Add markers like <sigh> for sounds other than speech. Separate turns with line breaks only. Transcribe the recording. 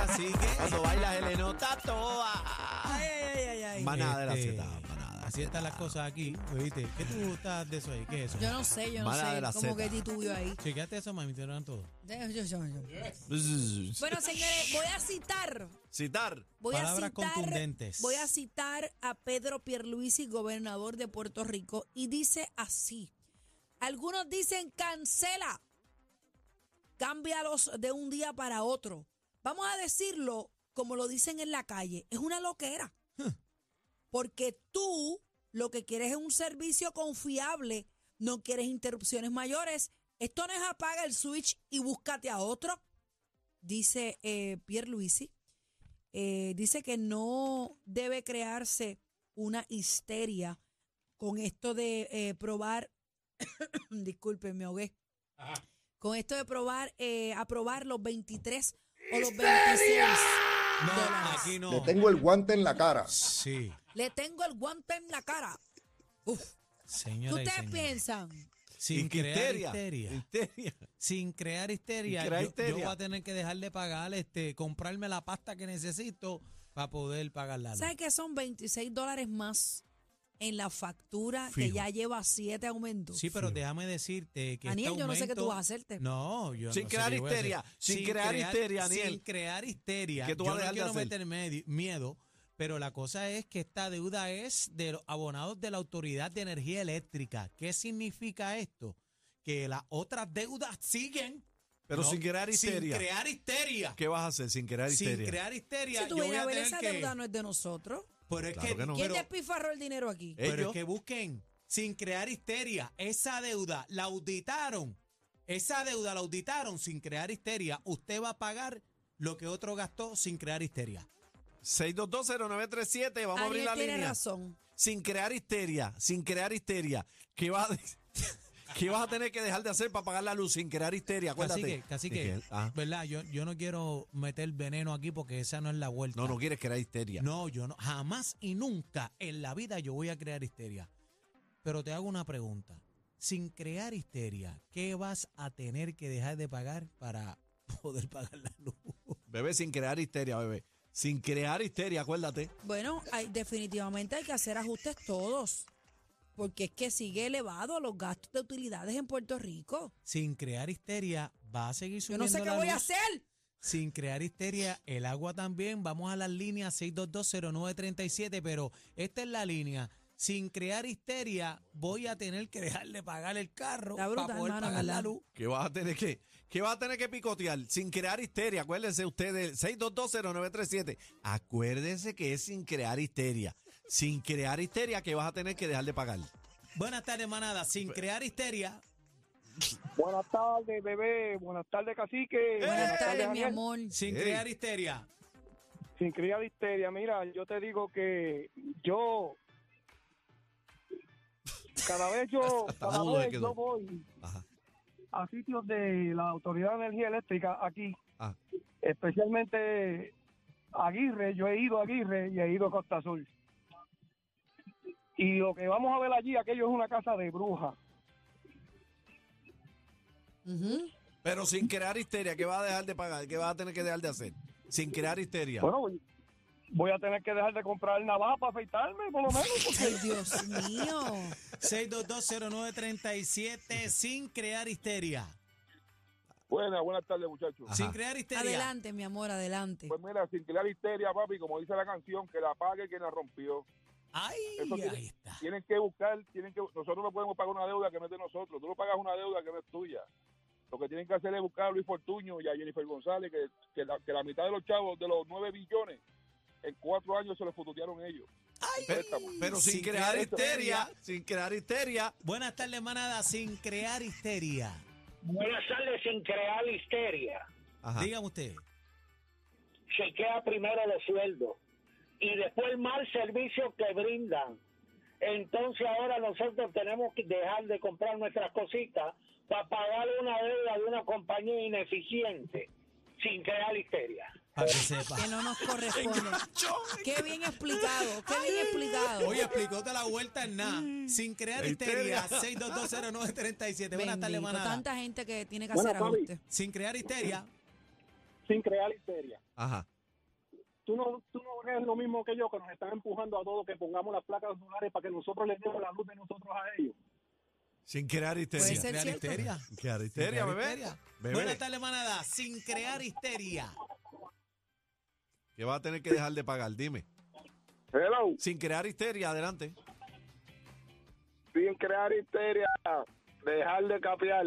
Así que.
Cuando baila se le nota toda.
Ay, ay, ay, ay.
Manada de la Z, manada.
Este, Así están las cosas aquí, ¿oíste? ¿Qué tú gustas de eso ahí? ¿Qué es eso?
Yo no sé, yo no
Mala
sé.
de la
como
Zeta.
que titubio ahí.
Chequeate eso, mami, te lo dan todo.
Yo- yo- yo- yo.
Bzz.
Bueno, señores, voy a citar.
Citar.
Voy a
Palabras
citar,
contundentes.
Voy a citar a Pedro Pierluisi, gobernador de Puerto Rico, y dice así. Algunos dicen cancela, cámbialos de un día para otro. Vamos a decirlo como lo dicen en la calle, es una loquera. Porque tú lo que quieres es un servicio confiable, no quieres interrupciones mayores. Esto no es apaga el switch y búscate a otro, dice eh, Pierluisi eh, dice que no debe crearse una histeria con esto de eh, probar, <coughs> disculpen, me ahogué, con esto de probar, eh, aprobar los 23 o los 26
No,
dólares.
aquí no.
Le tengo el guante en la cara.
Sí,
Le tengo el guante en la cara. Uf, ¿qué
señora. y
ustedes
señor.
piensan?
Sin
Y que
crear histeria.
Histeria.
Sin crear histeria.
Sin crear
yo, yo
histeria.
voy a tener que dejar de pagar, este, comprarme la pasta que necesito para poder pagar la luz.
¿Sabe que son 26 dólares más en la factura que
Fijo.
ya lleva 7 aumentos?
Sí, pero déjame decirte que.
Daniel,
este
yo no sé qué tú
aumento-
vas a hacerte.
No, yo
Sin
no sé
crear
qué voy a hacer.
histeria, sin crear histeria,
Sin
Daniel.
crear histeria.
¿Qué tú
yo
vas a
no
dejar de
quiero
hacer?
meter medi- miedo, pero la cosa es que esta deuda es de los abonados de la Autoridad de Energía Eléctrica. ¿Qué significa esto? Que las otras deudas siguen.
Pero
¿no?
sin crear histeria.
Sin crear histeria.
¿Qué vas a hacer sin crear
Sin
histeria?
crear histeria.
si tú
yo voy
vienes
a
a ver
tener
esa
que-
deuda, no es de nosotros.
Pero es
Claro
que,
que no.
¿Quién
pero- eh,
despifarró el dinero aquí?
Ellos.
Pero es que busquen, sin crear histeria, esa deuda la auditaron. Esa deuda la auditaron sin crear histeria. Usted va a pagar lo que otro gastó sin crear histeria.
6220937, vamos a abrir
Ariel
la
tiene
línea.
razón.
Sin crear histeria, sin crear histeria. ¿Qué vas a, <laughs> qué vas a tener que dejar de hacer para pagar la luz sin crear histeria?
Así que,
Acuérdate.
así
Ni
que,
ah,
¿verdad? Yo, yo no quiero meter veneno aquí porque esa no es la vuelta.
no, no quieres crear histeria.
No, yo no. Jamás y nunca en la vida yo voy a crear histeria. Pero te hago una pregunta. Sin crear histeria, ¿qué vas a tener que dejar de pagar para <laughs> poder pagar la luz?
Bebé, sin crear histeria, bebé. Sin crear histeria, acuérdate.
Bueno, hay, definitivamente hay que hacer ajustes todos, porque es que sigue elevado los gastos de utilidades en Puerto Rico.
sin crear histeria, va a seguir
Yo
subiendo
no sé qué
la
voy a
luz. Eh,
hacer.
Sin crear histeria, el agua también. Vamos a las líneas 6220937, pero esta es la línea. Sin crear histeria, voy a tener que dejarle pagar el carro
Está brutal,
para poder
mano,
pagar la
¿verdad?
luz.
Que vas a tener que, que vas a tener que picotear sin crear histeria. Acuérdense ustedes, 6220937. Acuérdense que es sin crear histeria. Sin crear histeria que vas a tener que dejar de pagar.
Buenas tardes, manada. Sin crear histeria,
Buenas tardes, bebé. Buenas tardes, cacique.
Buenas tardes, mi
Daniel.
amor.
sin
Ey.
crear histeria.
Sin cría de histeria, mira, yo te digo que yo. Cada vez yo,
Hasta
cada
mudo se
vez
quedó.
yo voy
Ajá.
a sitios de la Autoridad de Energía Eléctrica aquí,
Ah.
especialmente a Aguirre. Yo he ido a Aguirre y he ido a Costa Azul. Y lo que vamos a ver allí, aquello es una casa de brujas.
Ujú.
Pero sin crear histeria, ¿qué vas a dejar de pagar? ¿Qué vas a tener que dejar de hacer? Sin crear histeria.
Bueno, voy- voy a tener que dejar de comprar navaja para afeitarme, por lo menos. porque-
Ay, Dios mío.
<laughs> 6220937, sin crear histeria.
Buenas, buenas tardes, muchachos.
Ajá.
Sin crear histeria.
Adelante, mi amor, adelante.
Pues mira, sin crear histeria, papi, como dice la canción, que la pague quien la rompió.
Ay,
Eso tiene-
ahí está.
Tienen que buscar, tienen que nosotros no podemos pagar una deuda que no es de nosotros. Tú no pagas una deuda que no es tuya. Lo que tienen que hacer es buscar a Luis Fortuño y a Jennifer González, que, que la, que la mitad de los chavos, de los nueve billones, en cuatro años se los fututearon ellos.
Pero, pero sin,
Sin
crear,
crear
histeria, sin crear histeria.
Buenas tardes, manada. Sin crear histeria.
Buenas tardes, sin crear histeria.
Ajá.
Dígame usted.
Chequea primero los sueldos y después el mal servicio que brindan. Entonces ahora nosotros tenemos que dejar de comprar nuestras cositas para pagar una deuda de una compañía ineficiente sin crear histeria.
Para que sepa.
Que
<laughs>
no nos corresponde. Qué bien explicado, qué bien explicado.
Oye, explicóte la vuelta en nada. Sin crear
La
histeria.
histeria.
6220937. Buenas tardes,
Bendito,
manada.
tanta gente que tiene que
Bueno,
hacer
Fabi.
ajustes.
Sin crear histeria.
sin crear histeria.
Ajá.
tú no, tú no eres lo mismo que yo, que nos están empujando a todos que pongamos las placas solares para que nosotros les demos la luz de nosotros a ellos.
Sin crear histeria.
Puede
Sin
ser
crear
cierto.
histeria.
Sin crear
Sin
histeria,
crear
bebé.
histeria.
Bebé.
Buenas tardes, manada. Sin crear histeria.
Que va a tener que dejar de pagar, dime.
Hello,
Sin crear histeria, adelante.
sin crear histeria, dejar de capear.